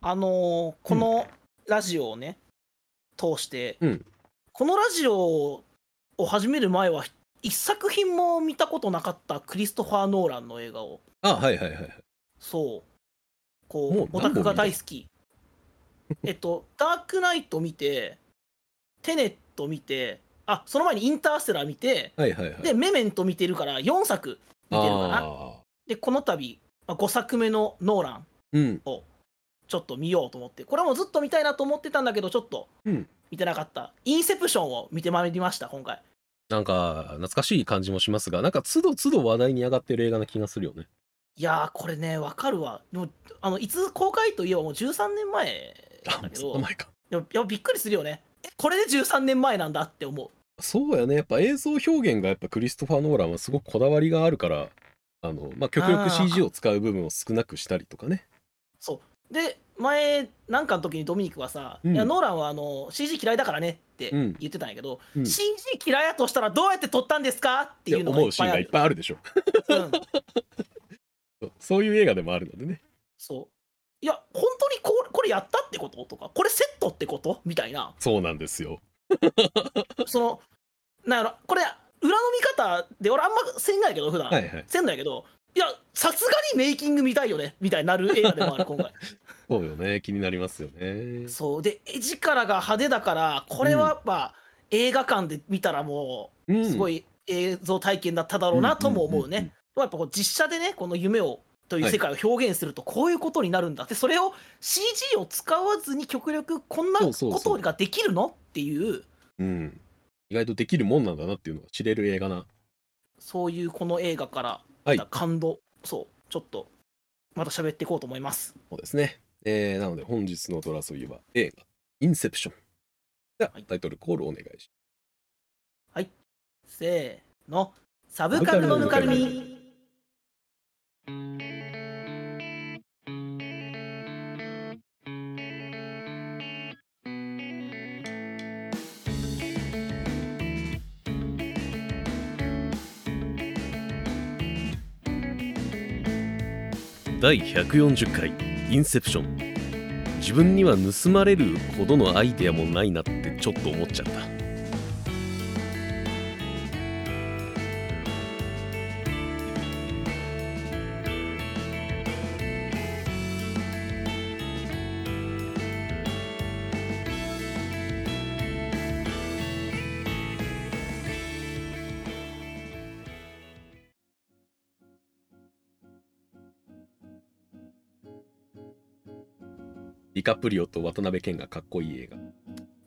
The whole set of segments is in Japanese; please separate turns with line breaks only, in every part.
あのーこのラジオをね、通して、
うん
このラジオを始める前は一作品も見たことなかったクリストファー・ノーランの映画を
あ、はいはいはい。
そう
も
こ
う
うオ
何本
タ
見た
クが大好きえっと「ダークナイト」見て「テネット」見てあその前に「インターステラー」見て
はいはいはい。
で「メメント」見てるから4作見てるかな
ああ。
でこの度まあ5作目のノーラン
うん。
ちょっと見ようと思ってこれもずっと見たいなと思ってたんだけどちょっと
うん
見てなかった、インセプションを見てまいりました今回
なんか、懐かしい感じもしますが、なんか、つどつど話題に上がってる映画な気がするよね。
いやーこれねわかるわでもあのいつ公開といえばもう13年前だけ
そん
ど
な前か。
でもいやびっくりするよねえこれで13年前なんだって思う
そうやね。やっぱ映像表現がやっぱクリストファー・ノーランはすごくこだわりがあるから、あの、まあ、極
あ
力
ー
CG を使う部分を少なくしたりとかね。
で前なんかの時にドミニクはさ、
うん
いやノーランはあの CG 嫌いだからねって
うん
言ってたんやけど、
うん
CG 嫌いやとしたらどうやって撮ったんですかって
い
い
や
うのがい
思
っ
うシ
ぱ
ーン
いあ
がいっ
る
ぱいあるでしょ。
うん
そうそういう映画でもあるのでね。
そういや本当にここれやったってこととかこれセットってことみたいな
そうなんですよ。
そのなんやろこれ裏の見方で俺あんませんないけど普段、
はいはい。
せんないけどいやさすがにメイキング見たいよねみたいになる映画でもあ る今回
そうよね。気になりますよね。
そうで絵力が派手だからこれはやっぱ、映画館で見たらも
う。
うんすご
い
い映像体験だっただろうなとも思うね。やっぱこう実写でねこの夢をという世界を表現するとこういうことになるんだって、それを CG を使わずに極力こんな
そうそう
こ
そう
とができるのっていう
うん。意外とできるもんなんだなっていうのが知れる映画な。
そういうこの映画から
はい
得た感動、そうちょっとまた喋っていこうと思います
そうですね。えー、なので本日のドラソイは映画、インセプション。じゃあ、
はい
タイトルコールお願いします。
せーのサブカルのぬかるみ
第140回インセプション自分には盗まれるほどのアイデアもないなってちょっと思っちゃったディカプリオと渡辺謙がかっこいい映画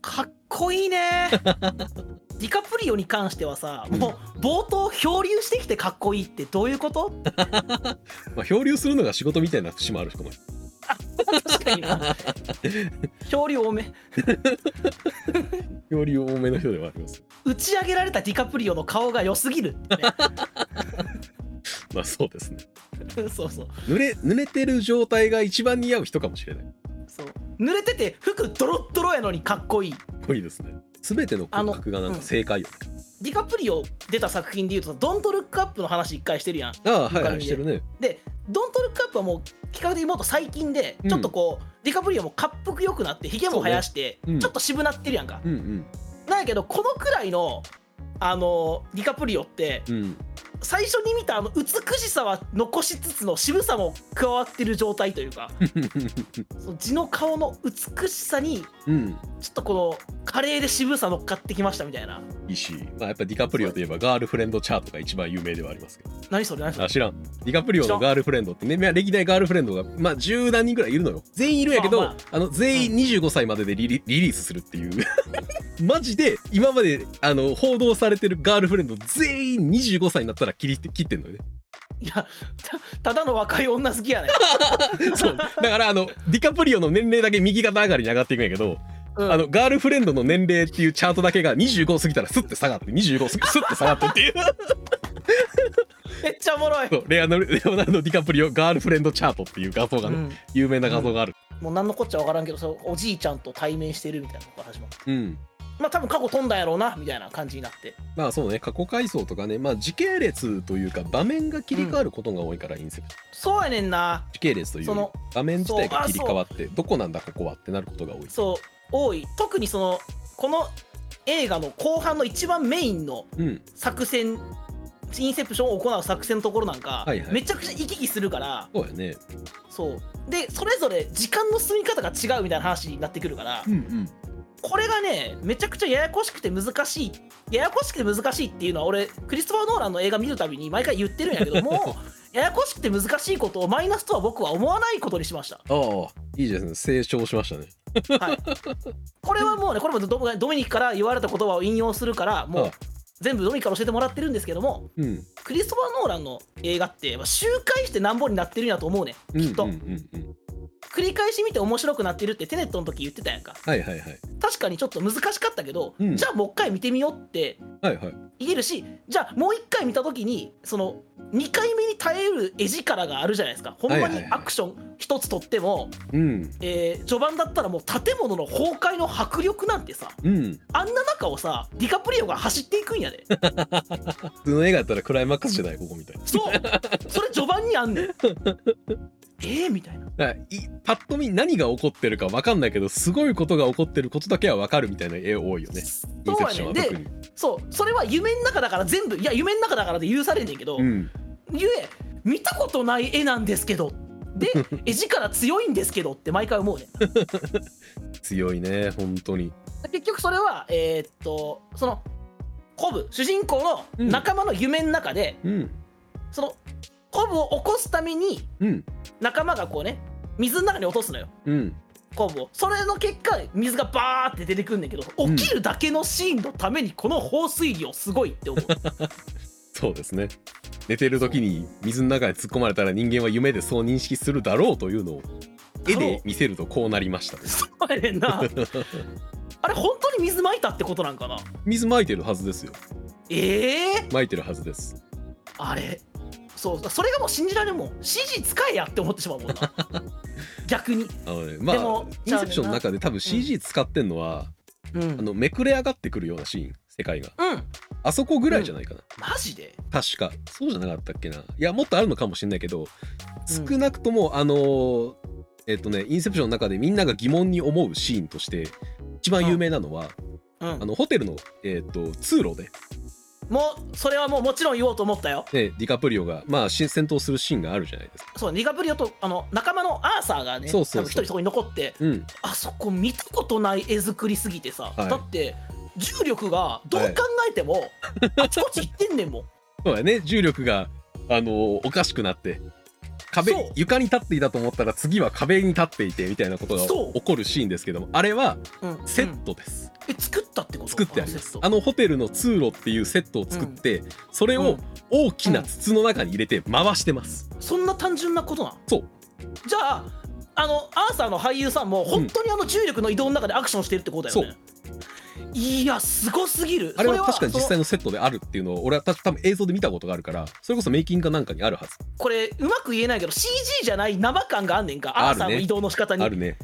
かっこいい ねディカプリオに関してはさもう冒頭漂流してきてかっこいいってどういうこと
まあ漂流するのが仕事みたいな節もあるかも
確かにな漂流多め
漂流多めの人ではあります
打ち上げられたディカプリオの顔が良すぎる、
まあそうですね
ね、そうそう
濡れ濡れてる状態が一番似合う人かもしれないか
そう濡れてて服ドロッドロやのにかっこいい
っこいいですね全ての骨格がなんか正解よね
ディカプリオ出た作品でいうと「ドントルックアップ」の話一回してるやん
ああはい
ぬか
は
る
い
み
してるね
で「ドントルックアップ」はもう比較的もっと最近で
うん
ちょっとこう、ディカプリオもかっぷくよくなってひげも生やして、
そうねうん
ちょっと渋なってるやんか、
うん
なんやけどこのくらいのあのディカプリオって
うんうん
最初に見たあの美しさは残しつつの渋さも加わってる状態というかその地の顔の美しさに
うん
ちょっとこのカレーで渋さ乗っかってきましたみたいない
いし、まあ、やっぱディカプリオといえばガールフレンドチャートが一番有名ではありますけど
何それ何それ
あ知らんディカプリオのガールフレンドってね、まあ、歴代ガールフレンドが、まあ、10何人ぐらいいるのよ全員いるんやけど、
まあ
あ
ま、
の全員25歳まででリリリリースするっていう マジで今まであの報道されてるガールフレンド全員25歳になったら切り切ってんのよ ね
いやたただの若い女好きやね、
そうだからあのディカプリオの年齢だけ右肩上がりに上がっていくんやけど、
うん、
あのガールフレンドの年齢っていうチャートだけが25過ぎたらスッて下がって25すスッて下がってっていう
めっちゃおもろい、
そうレアのレオナルド・ディカプリオガールフレンドチャートっていう画像が
う
ね、
ん、
有名な画像がある、
もう何のこっちゃ分からんけどそのおじいちゃんと対面してるみたいなのが始まる
うん、
まあ多分過去飛んだやろうなみたいな感じになって
まあそうね過去回想とかね、まあ、時系列というか場面が切り替わることが多いから、インセプト
そうやねんな
時系列というよ
そ
り
の
場面自体
そう
が
あ
切り替わってどこなんだここはってなることが多い
そう多い特にそのこの映画の後半の一番メインの
うん
作戦インセプションを行う作戦のところなんか、
はいはい
めちゃくちゃ行き来するから
そうやね
そうでそれぞれ時間の進み方が違うみたいな話になってくるから
うんうん
これがねめちゃくちゃややこしくて難しいややこしくて難しいっていうのは俺クリストファー・ノーランの映画見るたびに毎回言ってるんやけども ややこしくて難しいことをマイナスとは僕は思わないことにしました。
ああいいですね成長しましたね
はい、これはもうねこれもドドミニクから言われた言葉を引用するからも
あ
う
あ
全部ドミニクから教えてもらってるんですけども
うん
クリストファー・ノーランの映画って、まあ、周回してなんぼになってるんやと思うね
うん
きっと、
うんうんうん
繰り返し見て面白くなってるってテネットの時言ってたやんか
はいはいはい
確かにちょっと難しかったけど、
うん
じゃあもう一回見てみようって
はいはい
言えるしじゃあもう一回見た時にその2回目に耐える絵力があるじゃないですかほんま
はいは
に
いはい
アクション一つとっても、
うん
えー序盤だったらもう建物の崩壊の迫力なんてさ
うん
あんな中をさディカプリオが走っていくんやで
普通の映画だったらクライマックスじゃないここみたい
そうそれ序盤にあんねんえー、みたいな
なだからいパッと見何が起こってるか分かんないけどすごいことが起こってることだけは分かるみたいな絵多いよねインセプショ
そう
ンは
や
特
ね
に
そうそれは夢の中だから全部いや夢の中だからで許されんねんけど、
うん
ゆえ見たことない絵なんですけど で絵力強いんですけどって毎回思うね
強いね本当に
結局それはえーっとそのコブ主人公の仲間の夢の中で、
うん
そのコブを起こすために
うん
仲間がこうね水の中に落とすのよ
うん
コブをそれの結果水がバーって出てくるんだけど
うん
起きるだけのシーンのためにこの放水量すごいって思う
そうですね寝てる時に水の中に突っ込まれたら人間は夢でそう認識するだろうというのを絵で見せるとこうなりました
そうやねん なあれ本当に水まいたってことなんかな
水撒いてるはずですよ
ええー、
撒いてるはずです
あれそうそれがもう信じられるもん CG 使えやって思ってしまうもんな 逆に、
あのねまあ
でも
インセプションの中で多分 CG 使ってんのは、
うん、
あのめくれ上がってくるようなシーン世界が
うん
あそこぐらいじゃないかな、
マジで
確かそうじゃなかったっけないやもっとあるのかもしれないけ
う
ど
ん
少なくとも、あのーえっ、とねインセプションの中でみんなが疑問に思うシーンとして一番有名なのは、
うん
あのホテルの、えっと通路で
もうそれはもうもちろん言おうと思ったよ
ね、ディカプリオが、まあ、し戦闘するシーンがあるじゃないですか。
そうディカプリオとあの仲間のアーサーがね
そうそうそう
多分一人そこに残って
うん、
あそこ見たことない絵作りすぎてさ、
はい
だって重力がどう考えても、あちこち行ってんねんもん
そうだね重力が、あのーおかしくなって壁
そう
床に立っていたと思ったら次は壁に立っていてみたいなことが
そう
起こるシーンですけどもあれは
うん、
セ
うん
ットです、
え作ったってこと
作ってあります
こ
あ
の
のホテルの通路っていうセットを作って、それ
セット
を
うん
大きな筒の中に入れて回してます、
そんな単純なことなん
そう
じゃああのアーサーの俳優さんも本当にあの重力の移動の中でアクションしてるってことだよね、いやすごすぎる
あれは
そ
確かに
そ
実
の
際のセットであるっていうのを俺はた多分映像で見たことがあるからそれこそメイキングかなんかにあるはず
これうまく言えないけど CG じゃない生感があんねんか、
あ
ア
る
ー
ね
サーの移動の仕方に
あるね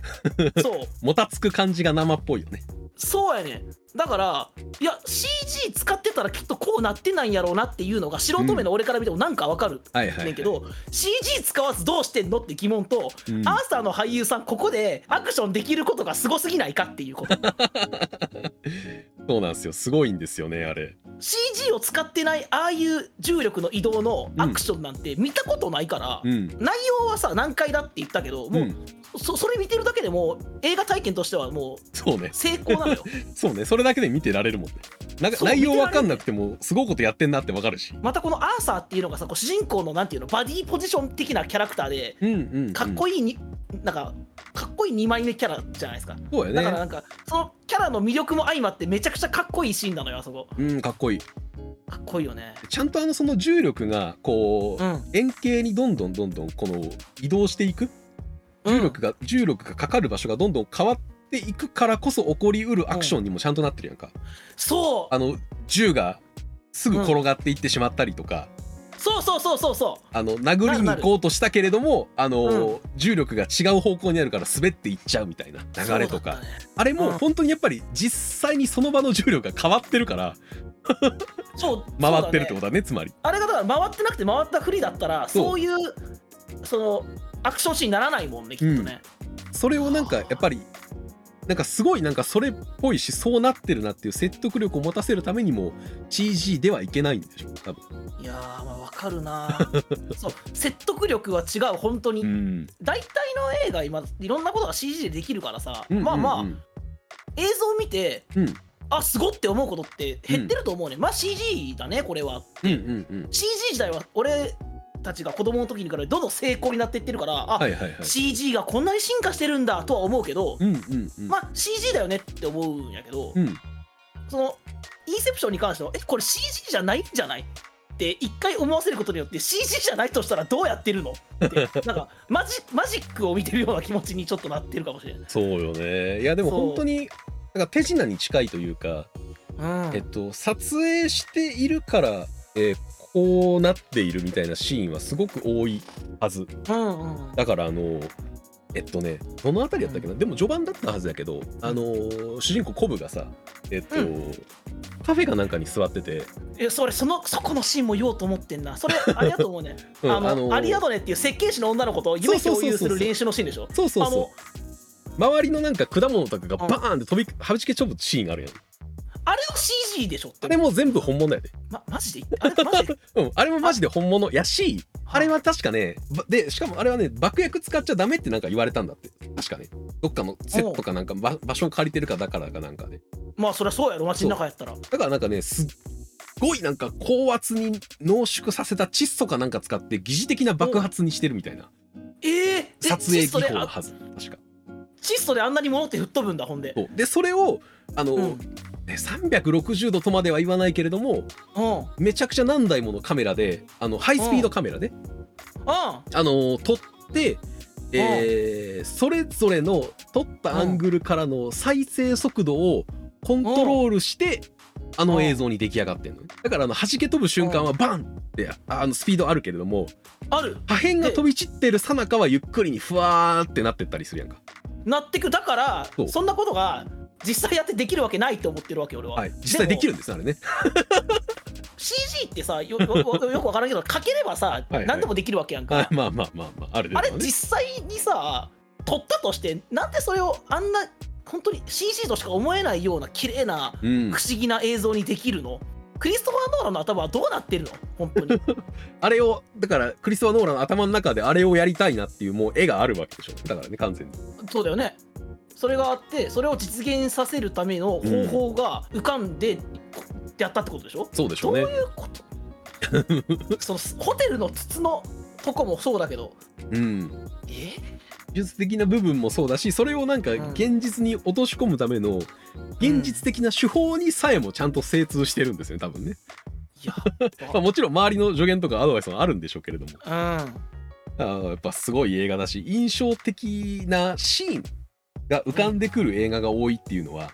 そう
もたつく感じが生っぽいよね
そうやねんだからいや CG 使ってたらきっとこうなってないんやろうなっていうのが素人目の俺から見てもなんかわかる
はいはいはい、
ねんけど、CG 使わずどうしてんのって疑問と、
うん
アーサーの俳優さんここでアクションできることがすごすぎないかっていうこと
そうなんですよ。すごいんですよね、あれ。
CG を使ってないああいう重力の移動のアクションなんて見たことないから、
うん。
内容はさ難解だって言ったけどもう、
ん、
そそれ見てるだけでもう映画体験としてはもう
そうね。
成功なのよ
そうね。それだけで見てられるもんね。なんか
そう
内容
見てられる
わかんなくても、すごいことやってんなってわかるし。
またこのアーサーっていうのがさこう主人公のなんていうのバディポジション的なキャラクターで
うんうん、
かっこいいに、なんかかっこいい2枚目キャラじゃないですか
そう
だか
や
らな
ね。
んかそのキャラの魅力も相まってめちゃくちゃかっこいいシーンなのよあそこ
うん、かっこいい。
かっこいいよね
ちゃんとあの、その重力が、こう、
ん
円形にどんどんどんどん、この、移動していく。重力が、重力がかかる場所がどんどん変わっていくからこそ起こりうるアクションにもちゃんとなってるやんか。
そう
あの、銃がすぐ転がっていってしまったりとか、
そうそうそうそうそう
あの殴りに行こうとしたけれどもあの、重力が違う方向にあるから滑っていっちゃうみたいな流れ
そうだ
とか、
ったね
あれも
うん
本当にやっぱり実際にその場の重力が変わってるから
そう
回ってるって
そうだね
ことだねつまり
あれがだから回ってなくて回ったふりだったら
そう
そういうそのアクションシーンにならないもんねきっとね、
それをなんかやっぱりなんかすごいなんかそれっぽいしそうなってるなっていう説得力を持たせるためにも CG ではいけないんでしょ多分
いやーまあわかる なそう説得力は違う本当に、
ん
大体の映画今いろんなことが CG でできるからさ、
うん
まあまあ、
うんうん
映像を見て、
うん
あすごって思うことって減ってると思うね、まあ CG だねこれは
うんうんうん
CG 自体は俺たちが子供の時にからどんどん成功になっていってるからあ、
はいはいはい
CG がこんなに進化してるんだとは思うけど、
うんうんうん
まあ CG だよねって思うんやけど、
うん
そのインセプションに関してはえこれ CG じゃないんじゃないって一回思わせることによって CG じゃないとしたらどうやってるの ってなんかマジマジックを見てるような気持ちにちょっとなってるかもしれない。
そうよねいやでも
そう
本当になんか手品に近いというか
うん
えっと、撮影しているから、えーこうなっているみたいなシーンはすごく多いはず
うんうん
だからあのえっとねどの辺りやったっけな、でも序盤だったはずやけどあのー主人公コブがさえっと、
う
カフェかなんかに座ってて、
えそれそのそこのシーンも言おうと思ってんなそれあれだと思うね、
うん
あの、
ー
アリアドネっていう設計士の女の子と夢
そうそう
共
そうそ
有す
う
る練習のシーンでしょ
そうそうそう周りのなんか果物とかがバーンって飛びはじけちょぶシーンがあるやん
あれの CG でしょって
あれも全部本物やで、
ま、マジであれマジ で
うん、あれもマジで本物やしあれは確かね、ばで、しかもあれはね、爆薬使っちゃダメってなんか言われたんだって。確かね。どっかのセットかなんか、ば場所を借りてるかだからかなんかで。
まあそりゃそうやろ街の中やったら
だからなんかね、すっごいなんか高圧に濃縮させた窒素かなんか使って疑似的な爆発にしてるみたいな
えー、え
撮影
窒素
技
で
法の
あ
はず。確か。
窒素であんなに物って吹っ飛ぶんだほんで
そうで、それを、あの、
うん
ね、360度とまでは言わないけれども、
うんうん
めちゃくちゃ何台ものカメラで、あの、ハイスピードカメラね、あの撮って、えーそれぞれの撮ったアングルからの再生速度をコントロールして、あの映像に出来上がってるのねだからあの弾け飛ぶ瞬間はバンってああのスピードあるけれども
ある
破片が飛び散ってる最中はゆっくりにふわーってなってったりするやんか、
なってくだから
そう
そんなことが実際やってできるわけないと思ってるわけ俺は、
はい、実際でき
る
るんですねあれね
CG ってさよよよよくわからんけどかければさ
はい
何でもできるわけやんか、
あまあまあまあまああれで
あ
す
れ
よね
実際にさ撮ったとしてなんでそれをあんな本当に CG としか思えないような綺麗な
うん
不、思議な映像にできるの、クリストファー・ノーランの頭はどうなってるの本当 に
あれをだからクリストファー・ノーランの頭の中であれをやりたいなっていうもう絵があるわけでしょだからね完全に
そうだよねそれがあってそれを実現させるための方法が浮かんで、やったってことでしょ
そうでしょ
ど
う
うい
ね
うこと そのホテルの筒のとこもそうだけど
うん
え
技術的な部分もそうだしそれをなんか
うん
現実に落とし込むための現実的な手法にさえもちゃんと精通してるんですよね多分ね、
いや
ま あ、もちろん周りの助言とかアドバイスもあるんでしょうけれども
うん
あーやっぱすごい映画だし印象的なシーンが浮かんでくる映画が多いっていうのは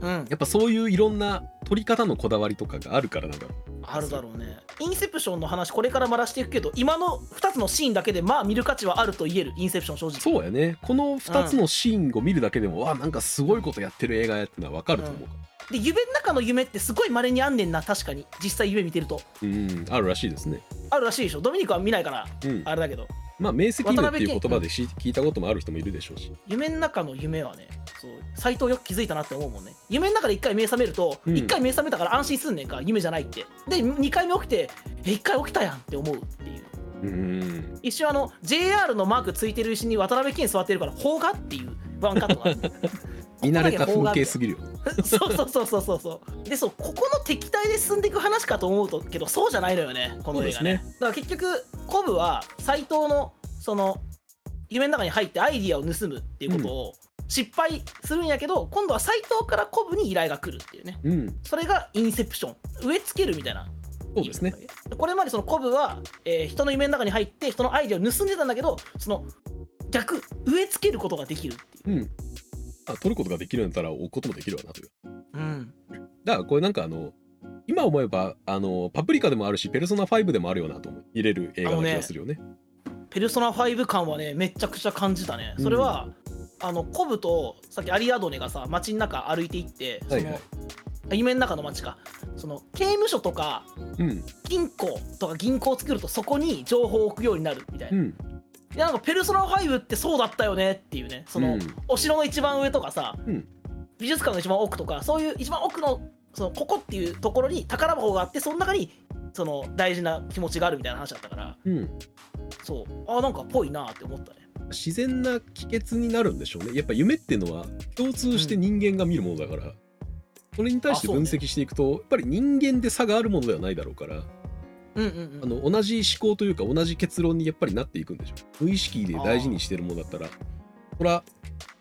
うん
やっぱそういういろんな撮り方のこだわりとかがあるからなんだろ
あるだろうね。インセプションの話、これからまらしていくけど、今の2つのシーンだけで、まあ見る価値はあると言える、インセプション、正
う
直。
そうやねこの2つのシーンを見るだけでも、わあなんかすごいことやってる映画やってのは分かると思うか
で、
ら
夢の中の夢ってすごい稀にあんねんな、確かに。実際夢見てると。
うんあるらしいですね
あるらしいでしょ。ドミニクは見ないから、
うん
あれだけど。
まあ明晰夢っていう言
渡辺謙
葉でし聞いたこともある人もいるでしょうし、
夢の中の夢はね、そう、斎藤よく気づいたなって思うもんね。夢の中で1回目覚めると、
うん
1回目覚めたから安心すんねんか、夢じゃないって。で、2回目起きて、え、1回起きたやんって思うっていう。
うん、
一瞬あの JR のマークついてる石に渡辺謙座ってるから邦画っていうワンカットがある
見慣れた
ここ
風
だけ邦画
景すぎるよ。
そうそうそうそうそうそうでそうここの敵対で進んでいく話かと思うとけどそうじゃないのよねこの映画ね
そう
だから結局コブは斎藤のその夢の中に入ってアイディアを盗むっていうことを失敗するんやけど、今度は斎藤からコブに依頼が来るっていうね
うん、
それがインセプション植え付けるみたいな
そうですね。
これまでそのコブは、えー人の夢の中に入って人のアイディアを盗んでたんだけどその逆植え付けることができるっていう、
うん。まあ、取ることができるんだったら、置くこともできるわなという。
うん、
だから、これなんかあの、今思えばあのパプリカでもあるしペルソナ5でもあるよなと思う入れる映画な気がするよね
ペルソナ5感はねめちゃくちゃ感じたねそれは、あのコブとさっきアリアドネがさ街の中歩いていってその、
はいはい
夢の中の街かその刑務所とか
うん
金庫とか銀行を作るとそこに情報を置くようになるみたいな
う、ん
でなんか「ペルソナ5」ってそうだったよねっていうねその、
うん
お城の一番上とかさ、
うん
美術館の一番奥とかそういう一番奥のそのここっていうところに宝箱があってその中にその大事な気持ちがあるみたいな話だったから
うん
そうあなんかぽいなって思ったね
自然な帰結になるんでしょうねやっぱ夢っていうのは共通して人間が見るものだから、それに対して分析していくと、やっぱり人間で差があるものではないだろうから
うんうん
あ
うん
の同じ思考というか同じ結論にやっぱりなっていくんでしょう無意識で大事にしてるものだったらそれは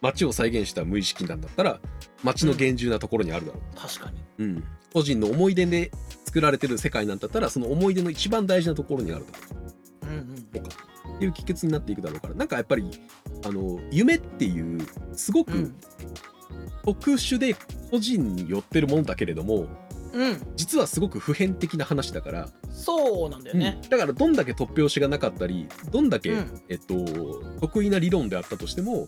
街を再現した無意識なんだったら街の厳重なところにあるだろ
確かに
う、うん個人の思い出で作られてる世界なんだったらその思い出の一番大事なところにあるだろう
うんうん
っていう帰結になっていくだろうからなんかやっぱりあの夢っていうすご
う
く
ん
特殊で個人に寄ってるものだけれども、
うん
実はすごく普遍的な話だから、
そうなんだよね
うんだからどんだけ突拍子がなかったりどんだけ、
うん
えっと、得意な理論であったとしても、
うん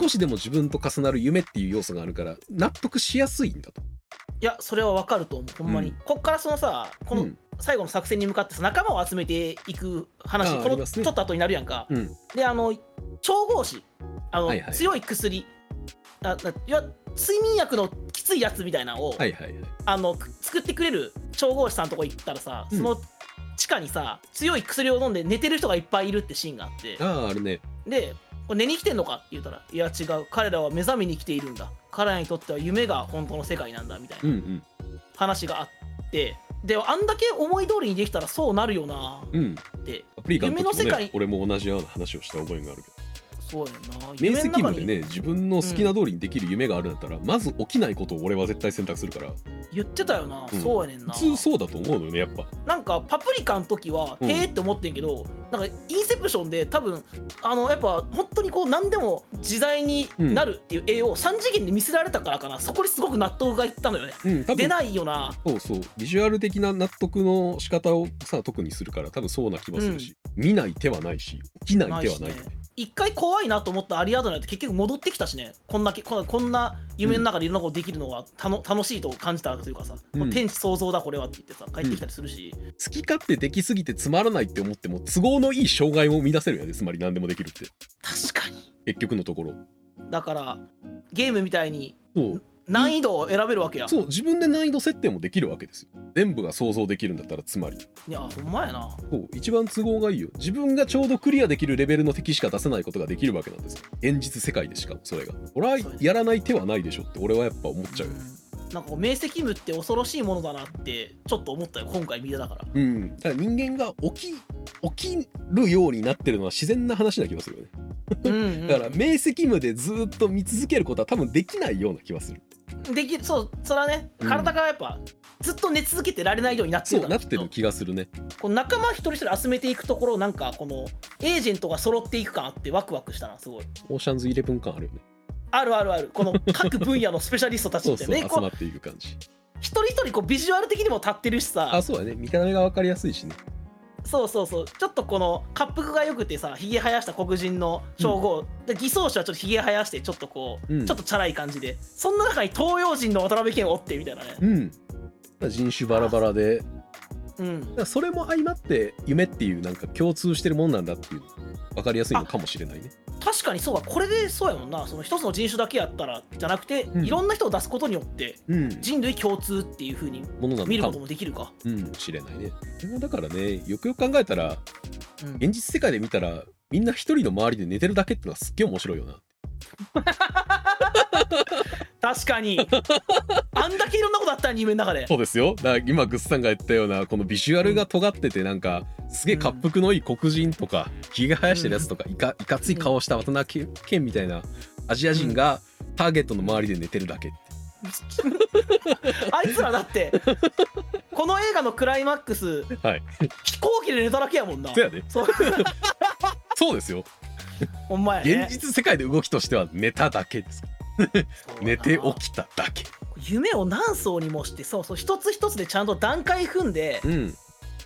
少しでも自分と重なる夢っていう要素があるから納得しやすいんだと。
いやそれはわかると思うほんまに、
うん
こっからそのさこ
う
の
ん
最後の作戦に向かってさ仲間を集めていく話、
あー
こ
あり
の
ます
ち
ね
ょっと後になるやんか、
うん
であの調合師あの、
はいはい
強い薬あないや睡眠薬のきついやつみたいなのを、
はいはいはい
あのく作ってくれる調合師さんのとこ行ったらさ
うん
その地下にさ強い薬を飲んで寝てる人がいっぱいいるってシーンがあって
あああれね
でこれ寝に来てんのかって言ったら「いや違う彼らは目覚めに来ているんだ彼らにとっては夢が本当の世界なんだ」みたい
うん
な
うん
話があってであんだけ思い通りにできたらそうなるよな
うん
って
アプリカの時も、ね、
夢の世界
俺も同じような話をした覚えがあるけど。
そうやんな
面
夢
積
の中
務で
に
ね自分の好きな通りにできる夢があるんだったら、まず起きないことを俺は絶対選択するから
言ってたよな、
うん
そうやねんな
普通そうだと思うのよねやっぱ
なんかパプリカの時は、
うん
へーって思ってんけどなんかインセプションで多分あのやっぱ本当にこう何でも自在になるっていう絵を3次元で見せられたからかなそこにすごく納得がいったのよね
うん
出
多分
ないよな
そうそうビジュアル的な納得の仕方をさ特にするから多分そうな気もするし、見ない手はないし起きない手はないよね
ないしね一回怖いなと思ったアリアドナって結局戻ってきたしねこんなけこんなこんな夢の中でいろんなことできるのはたの楽しいと感じたというかさ、
うん
もう天地創造だこれはって言ってさ帰ってきたりするし、
好き勝手できすぎてつまらないって思っても都合のいい障害を生み出せるよねつまり何でもできるって
確かに
結局のところ
だからゲームみたいに
そう
難易度を選べるわけや、
そう自分で難易度設定もできるわけですよ全部が想像できるんだったらつまり
いやほんまやな
そう一番都合がいいよ自分がちょうどクリアできるレベルの敵しか出せないことができるわけなんですよ現実世界でしかもそれが俺は
そうです
やらない手はないでしょって俺はやっぱ思っちゃうよ
うんなんかこう明晰夢って恐ろしいものだなってちょっと思ったよ今回見てた から
うんだから人間が起き起きるようになってるのは自然な話な気がするよね
うんうん
だから明晰夢でずっと見続けることは多分できないような気はする
できるそうそれはね
うん
体がやっぱ、ずっと寝続けてられないようになってるか
そう
ら
なってる気がするね
こう仲間一人一人集めていくところなんかこのエージェントが揃っていく感あってワクワクしたなすごい
オーシャンズイレブン感あるよね
あるあるあるこ の各分野のスペシャリストたち
そ
っ
うそ
て
う
ね
集
こ
ま
う
っていく感じ
一人一人こうビジュアル的にも立ってるし
あ
さ
そうだね見た目が分かりやすいしね
そうそうそうちょっとこの滑覆がよくてさひげ生やした黒人の称号、で偽装者はちょっとひげ生やしてちょっとこう、
うん
ちょっとチャラい感じでそんな中に東洋人の渡辺謙おってみたいなね
うん人種バラバラでだ
うん
からそれも相まって夢っていうなんか共通してるもんなんだっていう分かりやすいのかもしれないね
確かにそうかこれでそうやもんなその一つの人種だけやったらじゃなくて、
ん
いろんな人を出すことによって
うん
人類共通っていう風に
ものな
見るこ
のか
と
も
もできるか、
うん知れないねでもだからねよくよく考えたら
うん
現実世界で見たらみんな一人の周りで寝てるだけってのはすっげえ面白いよな
確かに あんだけいろんなことあったのに夢の中で
そうですよだから今グッズさんが言ったようなこのビジュアルが尖っててなんかすげえ滑覆のいい黒人とかひげ生やしてるやつとかいかいかつい顔した渡辺謙みたいなアジア人がターゲットの周りで寝てるだけって
あいつらだってこの映画のクライマックス
はい
飛行機で寝ただけやもんな
そうやで
そう
そうですよ
お前、ね
現、実世界で動きとしては寝ただけです
そうだな
寝て起きただけ
夢を何層にもしてそうそう一つ一つでちゃんと段階踏んで、
うん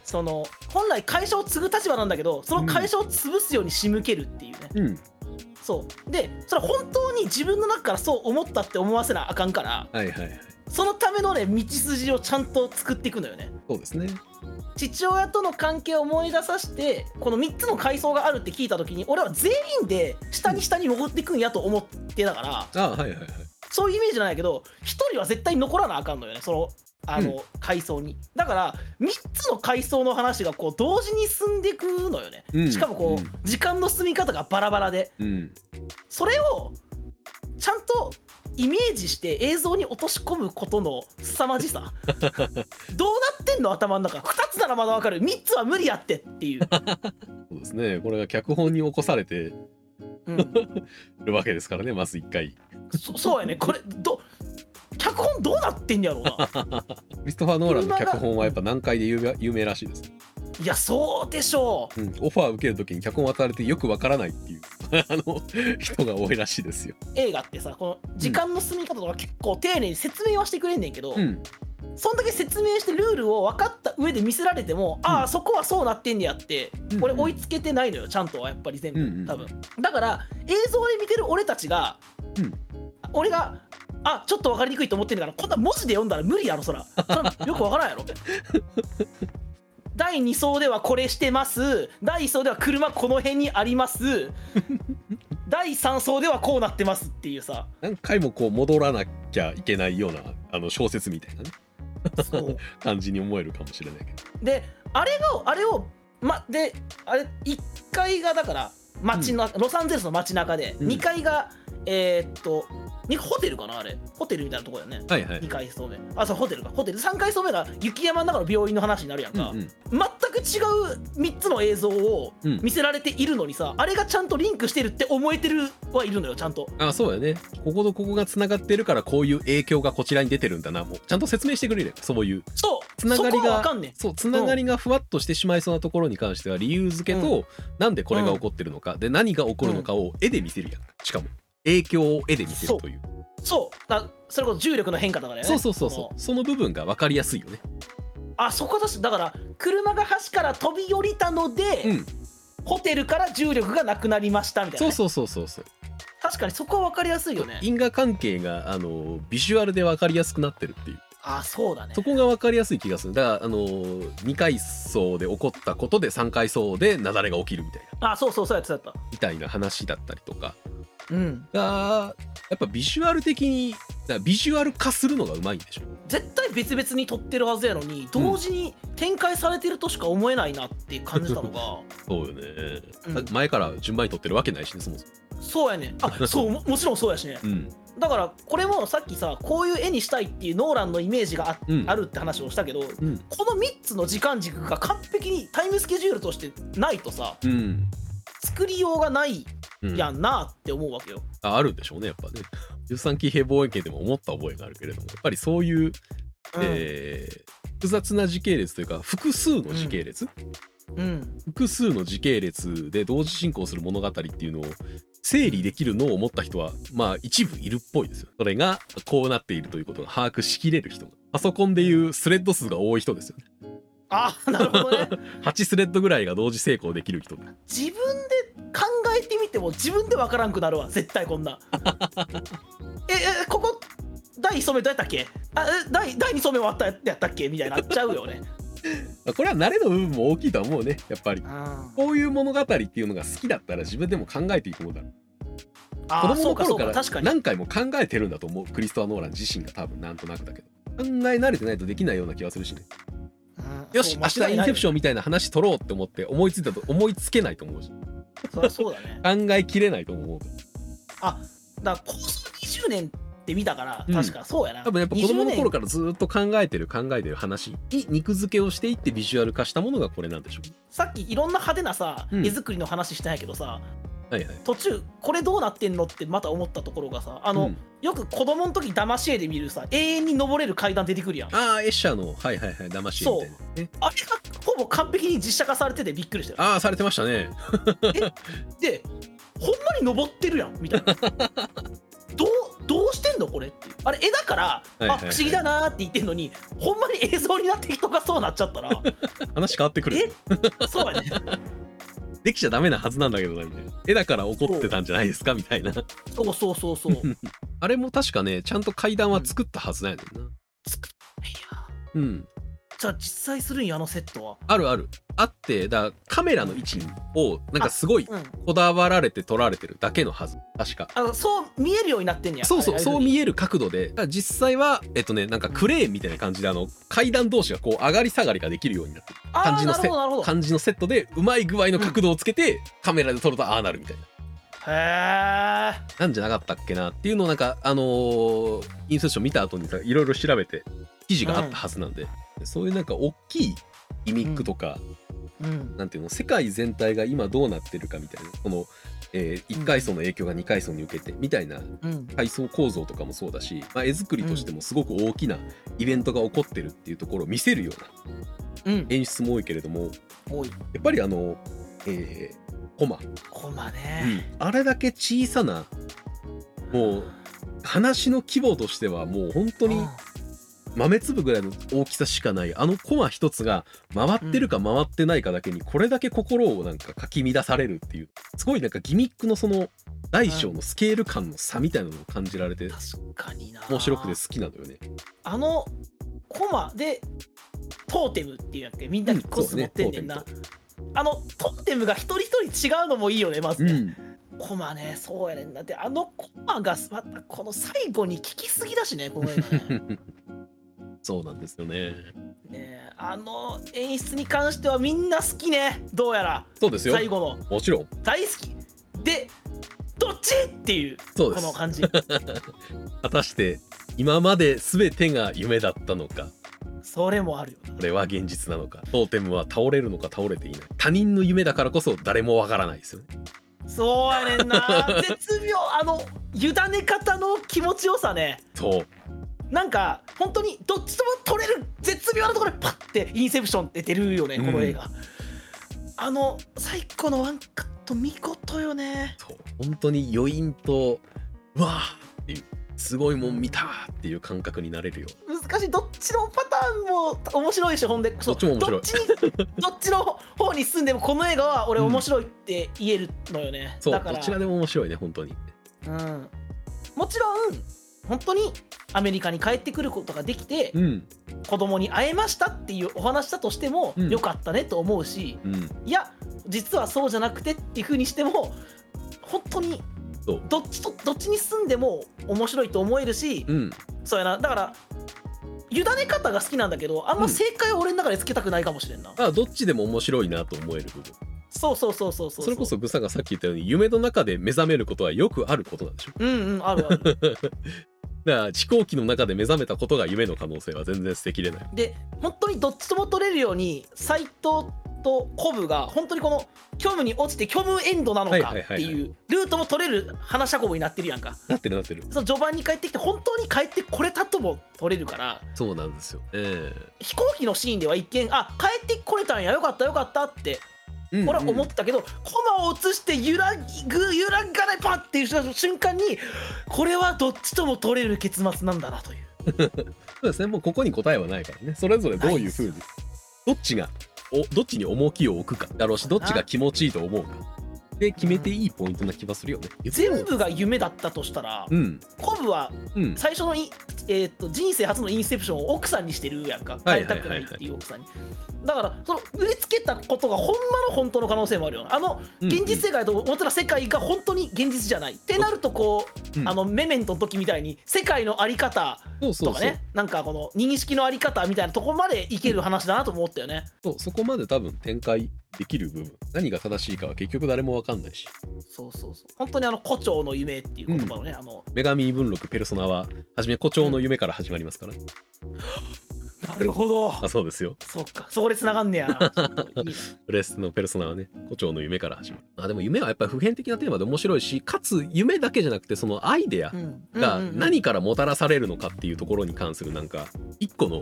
その本来会社を継ぐ立場なんだけどその会社を潰すように仕向けるっていうね、
うん
そうでそれは本当に自分の中からそう思ったって思わせなあかんから
はいはいはい
そのためのね道筋をちゃんと作っていくのよね
そうですね
父親との関係を思い出させてこの3つの階層があるって聞いた時に俺は全員で下に下に潜っていくんやと思ってたから
ああはいはいはい
そういうイメージなんやけど1人は絶対残らなあかんのよねそのあの階層に、だから3つの階層の話がこう同時に進んでいくのよね、
うん
しかもこう、
うん
時間の進み方がバラバラで
うん
それをちゃんとイメージして映像に落とし込むことの凄まじさどうなってんの頭の中2つならまだわかる3つは無理やってっていう、
そうですねこれが脚本に起こされて
うん、
るわけですからねまず1回
そそうやねこれど脚本どうなってんやろうな
クリストファー・ノーランの脚本はやっぱ難解で有名有名らしいです、
いやそうでしょう
うん、オファー受けるときに脚本渡されてよくわからないっていう あの人が多いらしいですよ。
映画ってさこの時間の進み方とか結構丁寧に説明はしてくれんねんけど、
うん、
そんだけ説明してルールを分かった上で見せられても、ああそこはそうなってんねやって、
うん
俺追いつけてないのよちゃんとはやっぱり全部、
うんうん
多分だから映像で見てる俺たちが、
うん
俺があちょっと分かりにくいと思ってんだからこんな文字で読んだら無理やろそらそらよく分からんやろ 第2層ではこれしてます第1層では車この辺にあります 第3層ではこうなってますっていうさ
何回もこう戻らなきゃいけないようなあの小説みたいな、ね、
そう
感じに思えるかもしれないけど。
であれがあれをまであれ1階がだから街の、ロサンゼルスの街中で、
うん
2階がえーっとにホテルかなあれホテルみたいなとこだよね
はいはい
2。階層目あそうホテルかホテル3階層目が雪山の中の病院の話になるやん
うんう
か、
ん、
全く違う3つの映像を
うん
見せられているのにさ、あれがちゃんとリンクしてるって思えてるはいるのよちゃんと
あそうやね。こことここがつながってるからこういう影響がこちらに出てるんだなもうちゃんと説明してくれるそういう
そう
つなが
そこ
り
は
が
わかんねん
そうつながりがふわっとしてしまいそうなところに関しては理由付けと、なんでこれが起こってるのか、で何が起こるのかを絵で見せるやんしかも影響を絵で見せるという
そうだそれこそ重力の変化とかだよね
そうそうそう
その
そうその部分が分かりやすいよね
あそこだしだから車が橋から飛び降りたので、
うん
ホテルから重力がなくなりましたみたいな
そ
ね、
うそうそうそうそう
確かにそこは分かりやすいよね
因果関係があのビジュアルで分かりやすくなってるっていう
あそうだね
そこが分かりやすい気がするだからあの2階層で起こったことで3階層で雪崩が起きるみたいな
あそうそうそうやってたやって
みたいな話だったりとか
たうん
がやっぱビジュアル的にだからビジュアル化するのがうまいんでしょ
絶対別々に撮ってるはずやのに同時に展開されてるとしか思えないなって感じたの が、
そうよね、
うん
だって前から順番に取ってるわけないしねそもそも
そうやね あそうももちろんそうやしね
うん
だからこれもさっきさこういう絵にしたいっていうノーランのイメージがあ,、
うん
あるって話をしたけど
うん
この3つの時間軸が完璧にタイムスケジュールとしてないとさ
うん、
作りようがない
うん、
やんなって思うわけよ。
ああるんでしょうねやっぱね13騎兵防衛権でも思った覚えがあるけれどもやっぱりそういう、えー複雑な時系列というか複数の時系列、
うん、
複数の時系列で同時進行する物語っていうのを整理できるのを思った人はまあ一部いるっぽいですよそれがこうなっているということが把握しきれる人がパソコンでいうスレッド数が多い人ですよね
あ なるほどね
8スレッドぐらいが同時成功できる人
自分で考えてみても自分で分からんくなるわ絶対こ んなええここ第1層目どうやったっけあえ第第2層目終わったやったっけみたいになっちゃうよね
これは慣れの部分も大きいとは思うねやっぱり
あ
こういう物語っていうのが好きだったら自分でも考えていくものだ
あ
子
ー
供
そ
の
うか
頃
そう
か
か確からに
何回も考えてるんだと思うクリストファー・ノーラン自身が多分なんとなくだけど考え慣れてないとできないような気がするしね
うん
よし明日
そう間違い
イン
ない
セプションみたいな話取ろうって思って思いついたと思いつけないと思うし
そりゃそうだね
考えきれないと思う
あだから構想20年って見たから
うん
確かそうやな、
多分やっぱ子供の頃
か
からずっと考えてる考えてる話に肉付けをしていってビジュアル化したものがこれなんでしょ
さっきいろんな派手なさ、
うん
絵作りの話してないけどさ
うはいはい
途中これどうなってんのってまた思ったところがさあ
あ
の、よく子供の時騙し絵で見るさ永遠に登れる階段出てくるやんあ
ああエッシャーのはいはいはい騙し絵みたいなね
れがほぼ完璧に実写化されててびっくりしたよ
ああされてましたね
でほんまに登ってるやんみたいなどうどうしてんのこれっていうああれ絵だから、
いはいは
あ
い
不思議だなーって言ってるのにほんまに映像になって人がそうなっちゃった ら
話変わってくる
えそうやね
できちゃダメなはずなんだけどなみたいな絵だから怒ってたんじゃないですかみたいな
そうそうそうそういや
あれも確かねちゃんと階段は作ったはずなんやねんなうん
じゃあ実際するんやあのセットは
あるあるあってだからカメラの位置をなんかすごい
うん
こだわられて撮られてるだけのはず確か
あのそう見えるようになってんねや
そうそうそう
え
見える角度でだから実際はえっとねなんかクレーンみたいな感じであの階段同士がこう上がり下がりができるようになってる
あ
感
ー
じの
なる
セ
ほどなるほど
感じのセットでうまい具合の角度をつけてカメラで撮るとああなるみたいな
へえ
なんじゃなかったっけなっていうのをなんかあのーインストーション見た後にさいろいろ調べて記事があったはずなんで、そういうなんか大きいギミックとか、
うん
なんていうの世界全体が今どうなってるかみたいなこの、え1階層の影響が2階層に受けてみたいな
うん
階層構造とかもそうだし、まあ、絵作りとしてもすごく大きなイベントが起こってるっていうところを見せるような
うん
演出も多いけれども
多い
やっぱりあの、えーコマ、
コマね、
あれだけ小さなもう話の規模としてはもう本当に
あ
豆粒ぐらいの大きさしかないあのコマ一つが回ってるか回ってないかだけにこれだけ心をなんかかき乱されるっていうすごいなんかギミックのその大小のスケール感の差みたいなのを感じられて
確かにな
面白くて好きなのよね。
あのコマでトーテムっていうやっけみんなにコス持ってんねんな、
うんそ
あのトーテムが一人一人違うのもいいよねまず
う
ね、
ん、
コマねそうやねんなであのコマがまたこの最後に効きすぎだしねこの映画ね
そうなんですよね。
ねえあの演出に関してはみんな好きねどうやら
そうですよ。
最後の
もちろん。
大好きでどっちっていう
そうで
こ
す
の。感じ
果たして今まで全てが夢だったのか、
それもあるよな
これは現実なのか、トーテムは倒れるのか倒れていない。他人の夢だからこそ誰もわからないですよね。
そうやねんな絶妙あの委ね方の気持ちよさね
そう。
なんか本当にどっちとも取れる絶妙なところでパッてインセプションって出るよねこの映画、あの最高のワンカット見事よね
そう本当に余韻とうわーっていうすごいもん見たっていう感覚になれるよ
難しいどっちのパターンも面白いしほんで
どっちも面白い
そうどっ ちにどっちの方に進んでもこの映画は俺
うん
面白いって言えるのよね、
そう
だか
ど
ら
ちらでも面白いね本当に
うん、もちろん本当にアメリカに帰ってくることができて、
うん
子供に会えましたっていうお話だとしても、
うん
よかったねと思うし
うん
いや実はそうじゃなくてっていうふうにしても本当に
そう
どっちとどっちに住んでも面白いと思えるし、
うん
そうやなだから委ね方が好きなんだけどあんま正解を俺の中でつけたくないかもしれんな、
あどっちでも面白いなと思える部分
そうそうそうそうそう
それこそグサがさっき言ったように夢の中で目覚めることはよくあることなんでしょ
うんうんあるあ る
だから飛行機の中で目覚めたことが夢の可能性は全然捨てきれない
で本当にどっちとも取れるように斎藤とコブが本当にこの虚無に落ちて虚無エンドなのかって
はいはいはい
いうルートも取れる話しゃこぶになってるやんか
なってるなってる
その序盤に帰ってきて本当に帰ってこれたとも取れるから
そうなんですよえ
飛行機のシーンでは一見あ帰ってこれたんやよかったよかったって
えうん
俺は思っ
うん
てたけど、コマを映して揺らぐ揺らがないパッっていう瞬間にこれはどっちとも取れる結末なんだなという
そうですねもうここに答えはないからねそれぞれどういうふうにどっちがおどっちに重きを置くかだろうしどっちが気持ちいいと思うかで決めていいポイントな気はするよね、
全部が夢だったとしたら、
うん
コブは
うん
最初のイン、えーっと人生初のインセプションを奥さんにしてるやんか
は
帰り
いは
た
いは
く
いは
ないいっていう奥さんに。だからその植え付けたことがほんまの本当の可能性もあるよなあの現実世界と思ってた世界が本当に現実じゃないってなるとこう、
うん
あのメメントの時みたいに世界のあり方
そうそ
と
う
か
そ
ね
う
なんかこの認識のあり方みたいなとこまでいける話だなと思ったよね、
そうそこまで多分展開できる部分何が正しいかは結局誰も分かんないし
そうそうそう本当にあの「胡蝶の夢」っていう言葉をね、あの
女神文録ペルソナは初め誇張の夢から始まりますから、
なるほど
あそうですよ
そっかそこで繋が んねやなちょっといいな
プレステのペルソナはね胡蝶の夢から始まるあでも夢はやっぱり普遍的なテーマで面白いしかつ夢だけじゃなくてそのアイデア
うん
が
うんうんうん
何からもたらされるのかっていうところに関するなんか一個の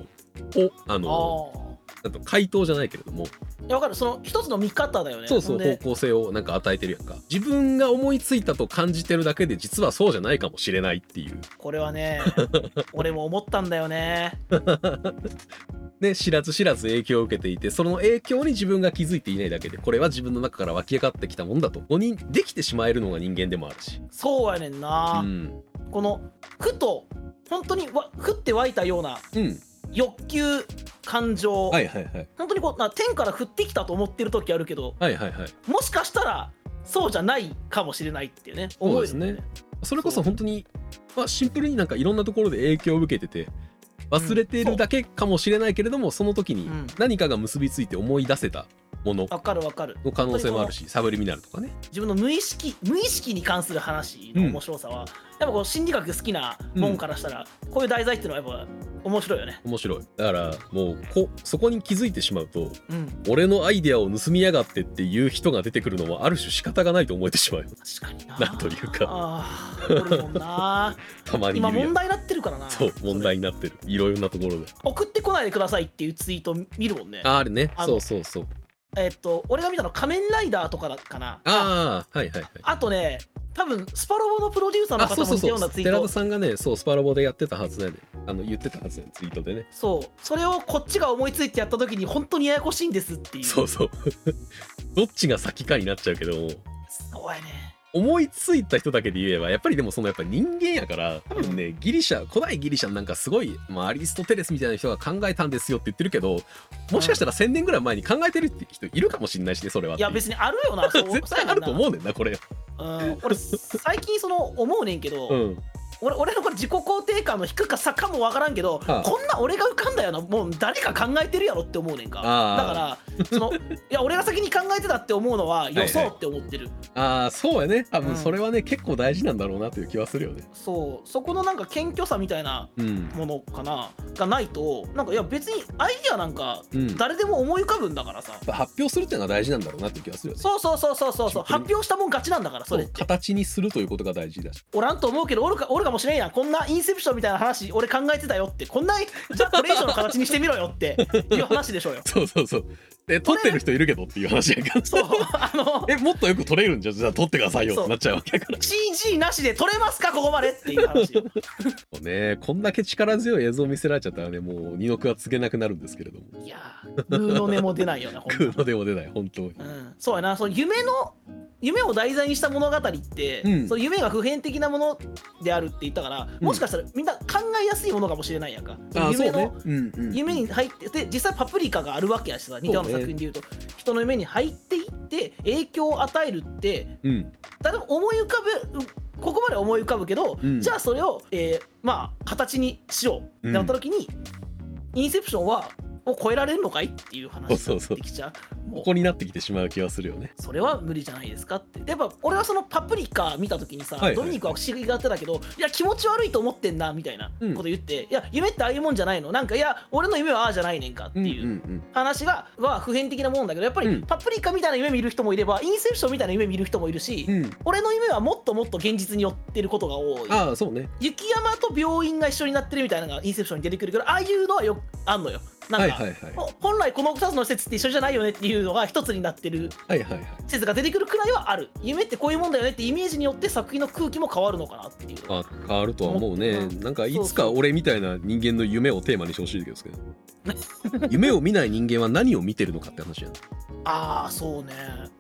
おあ
あ
の
ー
あと回答じゃないけれども
いやわかるその一つの見方だよね
そうそう
ほん
方
で
向性をなんか与えてるやんか自分が思いついたと感じてるだけで実はそうじゃないかもしれないっていう
これは ね俺も思ったんだよね
ね知らず知らず影響を受けていてその影響に自分が気づいていないだけでこれは自分の中から湧き上がってきたもんだと5人できてしまえるのが人間でもあるし
そうやねん
う
な、
ん
このふと本当にわふって湧いたような
うん
欲求感情、
はいはいはい
本当にこうな天から降ってきたと思ってる時あるけど
はいはいはい
もしかしたらそうじゃないかもしれないっていうね思
そう
え
です
るもん
ねそれこそ本当にまあシンプルになんかいろんなところで影響を受けてて忘れているだけかもしれないけれども、その時に
うん
何かが結びついて思い出せたもの
わかるわかる
の可能性もあるしサブリミナルとかね
自分の無意識無意識に関する話の面白さは、やっぱこう心理学好きなもんからしたら、こういう題材っていうのはやっぱ面白いよね
面白いだからもうこそこに気づいてしまうと
うん
俺のアイデアを盗みやがってっていう人が出てくるのはある種仕方がないと思えてし まうよ
確かにな
なんというか
あーおるもん な
たまにい
今
るや
問
ん
題になってるからな
そう問題
それ
になってるいろいろなところで
送ってこないでくださいっていうツイート見るもんね
ああるね
あ
そ
の
うそうそう
えっと俺が見たの仮面ライダーとかだかな
ああはいはいはい
あとね多分スパロボのプロデューサーの
あそ
方
う
も
そう
似たような
そう
ツイー
寺
ト
田さんがねそうスパラボでやってたはずだよねあの言ってたはずだよツイートでね
そうそれをこっちが思いついてやった時に本当にややこしいんですっていう
そうそう どっちが先かになっちゃうけど
そ
も
うやね
思いついた人だけで言えばやっぱりでもそのやっぱ人間やから多分ねギリシャ古代ギリシャなんかすごい、まあ、アリストテレスみたいな人が考えたんですよって言ってるけどもしかしたら1,000年ぐらい前に考えてるって人いるかもしれないしねそれは
い
ってい
や
う。
別にあるよ なそう
絶
そうや
対
ねん
ある
な
と思うねんなこれ。
うん俺最近その思うねんけど、
うん、
俺俺のこれ自己肯定感の低かさかもわからんけど、
はあ
こんな俺が浮かんだよなもう誰か考えてるやろって思うねんか
ああ
だからそのいや俺が先に考えてたって思うのは予
はい
想
はい
って思ってる、
ああそうやね多
う
分
ん
それはね、結構大事なんだろうなという気はするよね。
そうそこのなんか謙虚さみたいな
うん
ものかながないとなんかいや別にアイディアなんか
うん、
誰でも思い浮かぶんだからさ、
発表するっていうのが大事なんだろうなという気はするよね。
そうそうそうそうそうそう
シンプ
発
ルに
表したもん勝ちなんだからそれっ
そう
て
形にするということが大事だし。
おらんと思うけどおるかおるかもしれんやんこんなインセプションみたいな話俺考えてたよってこんなじゃあこれ以上の形にしてみろよっていう話でしょう よ
そうそうそう。で撮ってる人いるけどっていう話やから。
そうあの
えもっとよく撮れるんじゃじゃあ撮ってくださいよってなっちゃうわけだから
CG なしで撮れますかここまでっていう話よ
もうねこんだけ力強い映像を見せられちゃったらねもう二の句は告げなくなるんですけれども
いやー ムーの音も出ないよなほん
空のでも出ない本当に
まうん、そうやなその夢の夢を題材にした物語って、
うん
その夢が普遍的なものであるって言ったから、もしかしたらみんな考えやすいものかもしれないやんか
ああそ
夢
うね
の
うんうん
夢に入ってで実際パプリカがあるわけやしさ似たような作品でいうと人の夢に入っていって影響を与えるって
うん
例えば思い浮かぶうここまで思い浮かぶけど、
うん
じゃあそれを、えーまあ形にしよう
う
っ
ん
てなった時に、インセプションはを超えられるのかいっていう話
そ
に
う
なっ
そうそう
てきちゃうも
こ
う
こになってきてしまう気はするよね
それは無理じゃないですかってでやっぱ俺はそのパプリカ見た時にさ、
はいはい
ドミニクは不思議がってたけどいや気持ち悪いと思ってんなみたいなこと言って、いや夢ってああいうもんじゃないのなんかいや俺の夢はああじゃないねんかって
うんう
いう。
ん
話がは普遍的なものだけどやっぱ
うん
りパプリカみたいな夢見る人もいれば、インセプションみたいな夢見る人もいるし、
うんうん
俺の夢はもっともっと現実に寄ってることが多い
ああそうね
雪山と病院が一緒になってるみたいなのがインセプションに出てくるけどああいうのはよあんのよなんか、
はいはいはい
ほ本来この2つの施設って一緒じゃないよねっていうのが一つになってる
はいはいはい
施設が出てくるくらいはある夢ってこういうもんだよねってイメージによって作品の空気も変わるのかなっていう
あ変わるとは思うね
うん
なんかいつか俺みたいな人間の夢をテーマにしてほしいですけど 夢を見ない人間は何を見てるのかって話やな
ああそうね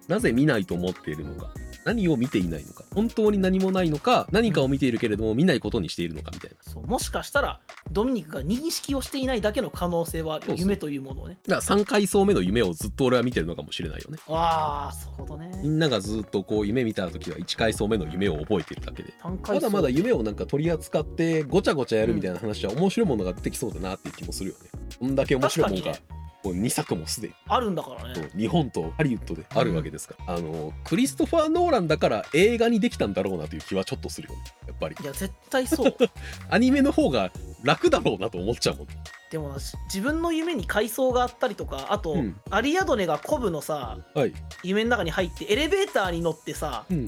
なぜ見ないと思っているのか何を見ていないのか本当に何もないのか何かを見ているけれども見ないことにしているのかみたいな
そうもしかしたらドミニクが認識をしていないだけの可能性はあるよ
そうそう
夢というものをね
だから3階層目の夢をずっと俺は見てるのかもしれないよね
ああそういうことね
みんながずっとこう夢見た時は1階層目の夢を覚えてるだけで
単
ま
回
だまだ夢をなんか取り扱ってごちゃごちゃやるみたいな話は面白いものが出てきそうだなっていう気もするよねこんだけ面白いものが
確
こう2作もすでに
あるんだからね
日本とハリウッドであるわけですから、あのクリストファー・ノーランだから映画にできたんだろうなという気はちょっとするよねやっぱり
いや絶対そう
アニメの方が楽だろうなと思っちゃうもん
でもなし自分の夢に階層があったりとかあと、
うん
アリアドネがコブのさ
はい、
夢の中に入ってエレベーターに乗ってさ
うん、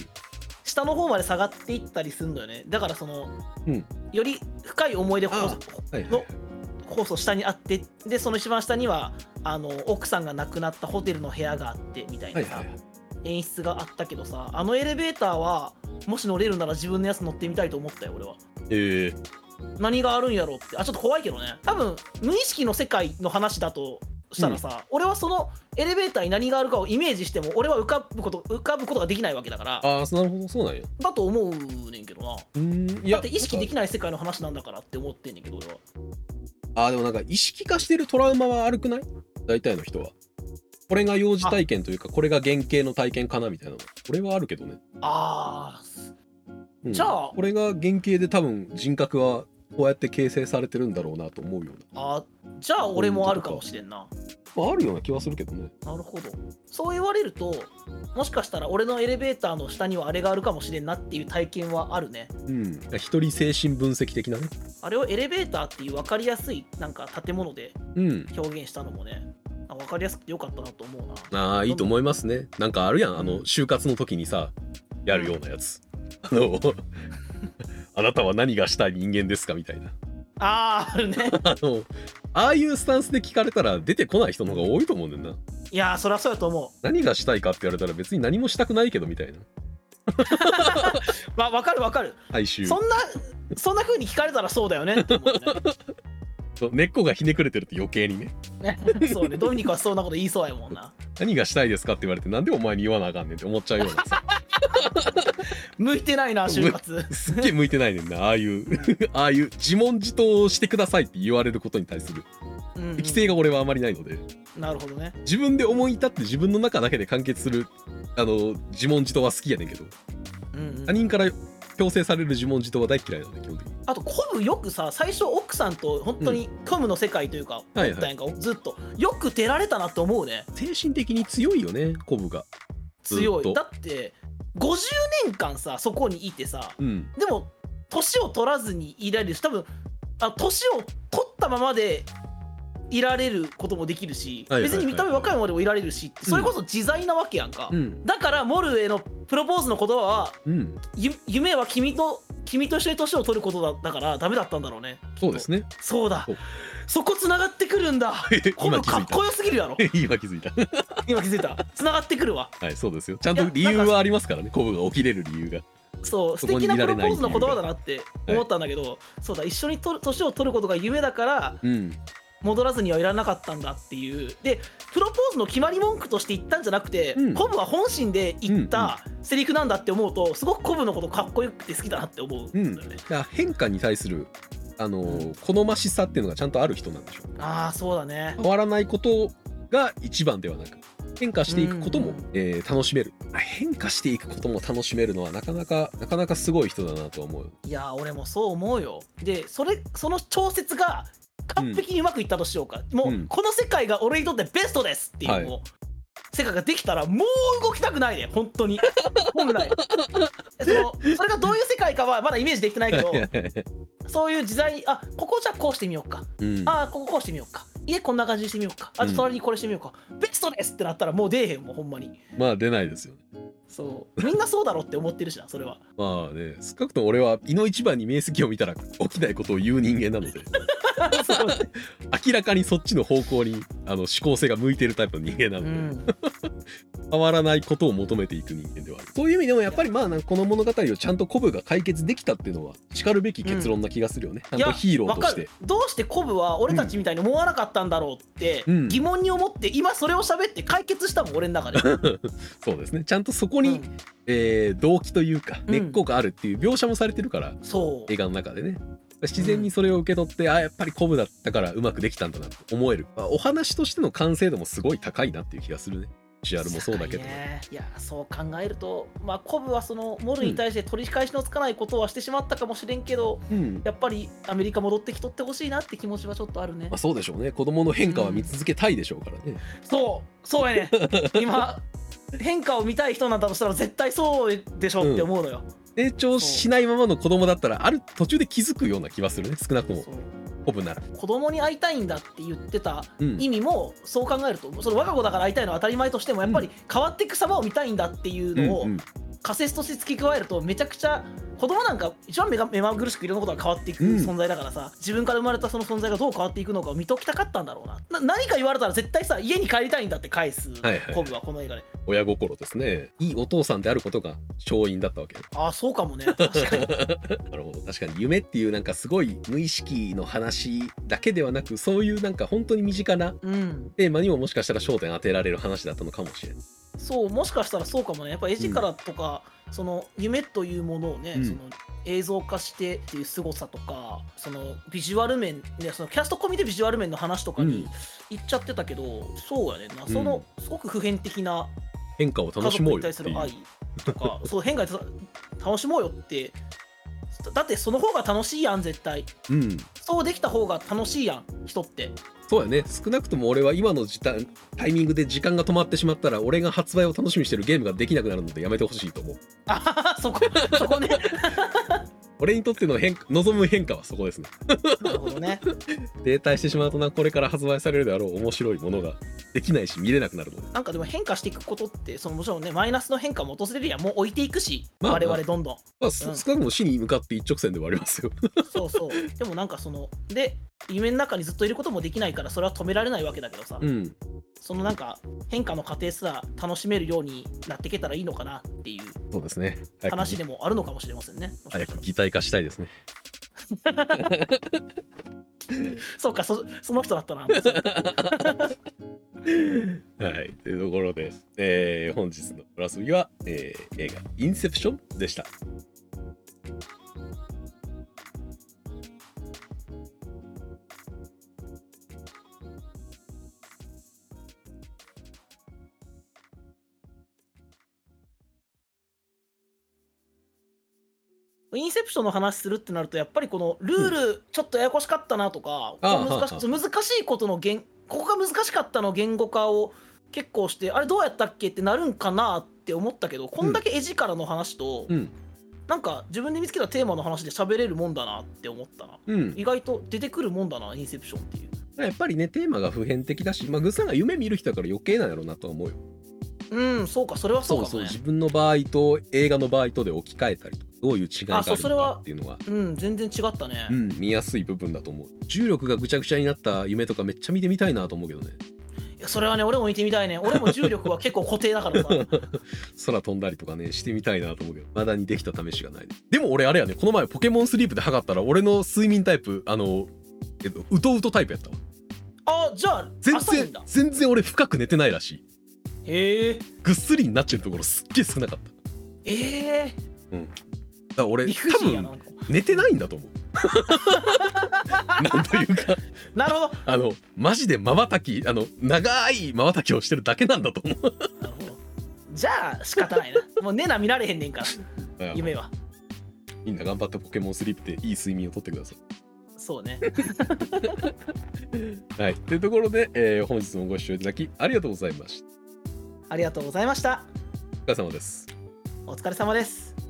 下の方まで下がっていったりするんだよねだからその、
うん
より深い思い出
あ
ほ
はいはい
のこそ下にあってでその一番下にはあの奥さんが亡くなったホテルの部屋があってみたいな
は
いさ、
はい
演出があったけどさあのエレベーターはもし乗れるなら自分のやつ乗ってみたいと思ったよ俺は
ええ
何があるんやろうってあちょっと怖いけどね多分無意識の世界の話だとしたらさ、俺はそのエレベーターに何があるかをイメージしても俺は浮かぶこと浮かぶことができないわけだから
ああなるほどそうなんや
だと思うねんけどな
うんい
だ
や
って意識できない世界の話なんだからって思ってんねんけど俺は
あーでもなんか意識化してるトラウマは悪くない大体の人はこれが幼児体験というかこれが原型の体験かなみたいなのこれはあるけどね、
あー
うん
じゃあ
これが原型で多分人格はこうやって形成されてるんだろうなと思うよう
あじゃあ俺もあるかもしれんな
な、まあ、あるような気はするけどね
なるほどそう言われるともしかしたら俺のエレベーターの下にはあれがあるかもしれんなっていう体験はあるね
うん一人精神分析的なね
あれをエレベーターっていう分かりやすいなんか建物で
うん
表現したのもねあ分かりやすくてよかったなと思うな
ああいいと思いますねなんかあるやんあの就活の時にさやるようなやつあの あなたは何がしたい人間ですかみたいな
あーあるね
あのああいうスタンスで聞かれたら出てこない人の方が多いと思うねんだよない
やーそりゃそうやと思
何がしたいかって言われたら別に何もしたくないけどみたいな
うわ分かる分かる
大衆
そんなそんな風に聞かれたらそうだよねって思う
そう根っこがひねくれてると余計にね
ねね そうねドミニクはそんなこと言いそうやもんな
何がしたいですかって言われてなんでお前に言わなあかんねんって思っちゃうようなさ
向いてないな就活
すっげえ向いてないねんなああいう ああいう自問自答をしてくださいって言われることに対する
うんうん
適性が俺はあまりないので
なるほどね
自分で思い立って自分の中だけで完結するあの自問自答は好きやねんけど
うんうん
他人から強制される自問自答は大嫌いなんで基本的に
あとコブよくさ最初奥さんと本当にコムの世界というか、
はい
なんかずっとよく出られたなって思うね
精神的に強いよねコブが
強
ずっ
い
と
だって50年間さそこにいてさ
うん
でも年を取らずにいられるし多分あ年を取ったままでいられることもできるし、
はいはいはいはい
別に見た目若いまでもいられるしそれこそ自在なわけやんか、
うん
だからモルへのプロポーズの言葉は
うん
ゆ夢は君と君と一緒に年を取ることだだからダメだったんだろうね
そうです ね
そうだ
そう
そこ繋がってくるんだこ
今
の
気
か
づい
っこよすぎるやろ
た 今気づいた
今気づいた繋がってくるわ
はいそうですよちゃんと
いや
理由はありますからねコブが起きれる理由が
そう
そ
素
こに
敵
見
な
ら
プロポ
れない
ーズの言葉だなって思ったんだけど、そうだ一緒にとる年を取ることが夢だから
うん
戻らずにはいらなかったんだっていうでプロポーズの決まり文句として言ったんじゃなくて、
うん
コブは本心で言ったセリフなんだって思うとすごくコブのことかっこよくて好きだなって思うんだよね、
だから変化に対するあのー好ましさっていうのがちゃんとある人なんでしょう
ああそうだね
変わらないことが一番ではなく変化していくこと
う
も、
ん
えー楽しめるあ変化していくことも楽しめるのはなかなかなかなかすごい人だなとは思う
いやー俺もそう思うよでそれその調節が完璧にうまくいったとしようか、もう、
うん
この世界が俺にとってベストですっていう、
はい
もう世界ができたらもう動きたくないね本当 に本来そのそれがどういう世界かはまだイメージできてないけどそういう自在にあここじゃこうしてみようか
うん
あーこここうしてみようか家こんな感じにしてみようかあ
うん
と隣にこれしてみようか、ベストですってなったらもう出えへんもうほんまに
まあ出ないですよね
そうみんなそうだろうって思ってるしなそれ は
まあね少なくとも俺は胃の一番に面積を見たら起きないことを言う人間 なので
そう
明らかにそっちの方向にあの思考性が向いてるタイプの人間なの
う
で、
ん
変わらないことを求めていく人間ではあるそういう意味でもやっぱりまあなんかこの物語をちゃんとコブが解決できたっていうのはしかるべき結論な気がするよね、
い
ちゃん
や
とヒーローとし
わ
て
かるどうしてコブは俺たちみたいに思わなかったんだろうって
うん
疑問に思って今それを喋って解決したもん俺の中でこ
そうですねちゃんとそこに、えー動機というか
うん
根っこがあるっていう描写もされてるから、
そう
映画の中でね自然にそれを受け取って、あやっぱりコブだったからうまくできたんだなって思える、まあお話としての完成度もすごい高いなっていう気がするねシアルもそうだけど、
高いねいやそう考えるとまあコブはそのモルに対して取り返しのつかないことはしてしまったかもしれんけど、
うん
やっぱりアメリカ戻ってきとってほしいなって気持ちはちょっとあるね
まあ、そうでしょうね子供の変化は見続けたいでしょうからね、
そうそうや ね今変化を見たい人なんだとしたら絶対そうでしょって思うのよ、
成長しないままの子供だったらある途中で気づくような気はするね少なくとも
そう
コブなら、
子供に会いたいんだって言ってた
うん
意味もそう考えるとその我が子だから会いたいのは当たり前としてもやっぱり変わっていく様を見たいんだっていうの
う
を
んうん
仮説として付け加えるとめちゃくちゃ子供なんか一番目が目まぐるしくいろんなことが変わっていく
うん
存在だからさ、自分から生まれたその存在がどう変わっていくのかを見ときたかったんだろうなな何か言われたら絶対さ家に帰りたいんだって返す
はいはい
コブはこの映画で
親心ですねいいお父さんであることが勝因だったわけ
ああそうかもね確かに
なるほど確かに夢っていうなんかすごい無意識の話だけではなくそういうなんか本当に身近な
うん
テーマにももしかしたら焦点当てられる話だったのかもしれない
そうもしかしたらそうかもねやっぱ絵力とか、その夢というものをね、
うん
その映像化してっていう凄さとかそのビジュアル面、ね、そのキャスト込みでビジュアル面の話とか
う
に
ん
行っちゃってたけど、そうやねんなその、すごく普遍的な
変化を
家
楽し
族
も
に
うよ
対
っ
す
てい
る
う
愛とかそう変化に対する楽しもうよってだだってその方が楽しいやん絶対
うん
そうできた方が楽しいやん人って
そうやね少なくとも俺は今の時短タイミングで時間が止まってしまったら俺が発売を楽しみにしてるゲームができなくなるのでやめてほしいと思う
あははそこ そ こね
俺にとっての変化望む変化はそこですね
なるほどね
停滞してしまうとなこれから発売されるであろう面白いものができないし見れなくなるので
なんかでも変化していくことってそのもちろんねマイナスの変化も訪れるやんもう置いていくし、
まあま
我
あ
々どん どん
まあ、す
うん
少なくとも死に向かって一直線ではあり ますよ
そうそうでもなんかそので夢の中にずっといることもできないからそれは止められないわけだけどさ、
うん
そのなんか変化の過程すら楽しめるようになっていけたらいいのかなっていう
そうですね早く
話でもあるのかもしれませんね。もしかし
早
た
く
ら
擬態化したいですね
そうかそ、その人だったな。
はいというところで、えー本日の「プラスビは、えー映画「インセプション」でした
インセプションの話するってなると、やっぱりこのルール、ちょっとややこしかったなとか、
ああ
ここ難し
はあ
そう難しいことの言、ここが難しかったの言語化を結構して、あれどうやったっけってなるんかなって思ったけど、こんだけ絵力の話と、
うん
なんか自分で見つけたテーマの話で喋れるもんだなって思ったな。
うん
意外と出てくるもんだな、インセプションっていう。
やっぱりねテーマが普遍的だし、まあ、グッさんが夢見る人だから余計なんやろうなとは思うよ
うん、そうか、それはそうかもね。
自分の場合と映画の場合とで置き換えたりとかどういう違いがあ
あそう
る
そ
の
れは
かっていうのは
うん、全然違ったね。
うん、見やすい部分だと思う重力がぐちゃぐちゃになった夢とかめっちゃ見てみたいなと思うけどね
いやそれはね、俺も見てみたいね。俺も重力は結構固定だ からさ。
空飛んだりとかねしてみたいなと思うけどまだにできた試しがないでも俺あれやねこの前ポケモンスリープで測ったら俺の睡眠タイプあのえっとうとうとタイプやったわ
あじゃあ
全
浅いん
然
だ
全然俺深く寝てないらしい
へえ
ぐっすりになっちゃうところすっげえ少なかっただか
ええ
ら俺
理不
多
尽やな
分
なんか
寝てないんだと思うなんというか
なるほど
あのマジでまばたきあの長いまばたきをしてるだけなんだと思う
なるほどじゃあ仕方ないなもうねな見られへんねん から夢は
みんな頑張ってポケモンスリープでいい睡眠をとってくださ
そうね
い。はい、というところで、えー本日もご視聴いただきありがとうございました。
ありがとうございました
お疲れ様です。
お疲れ様です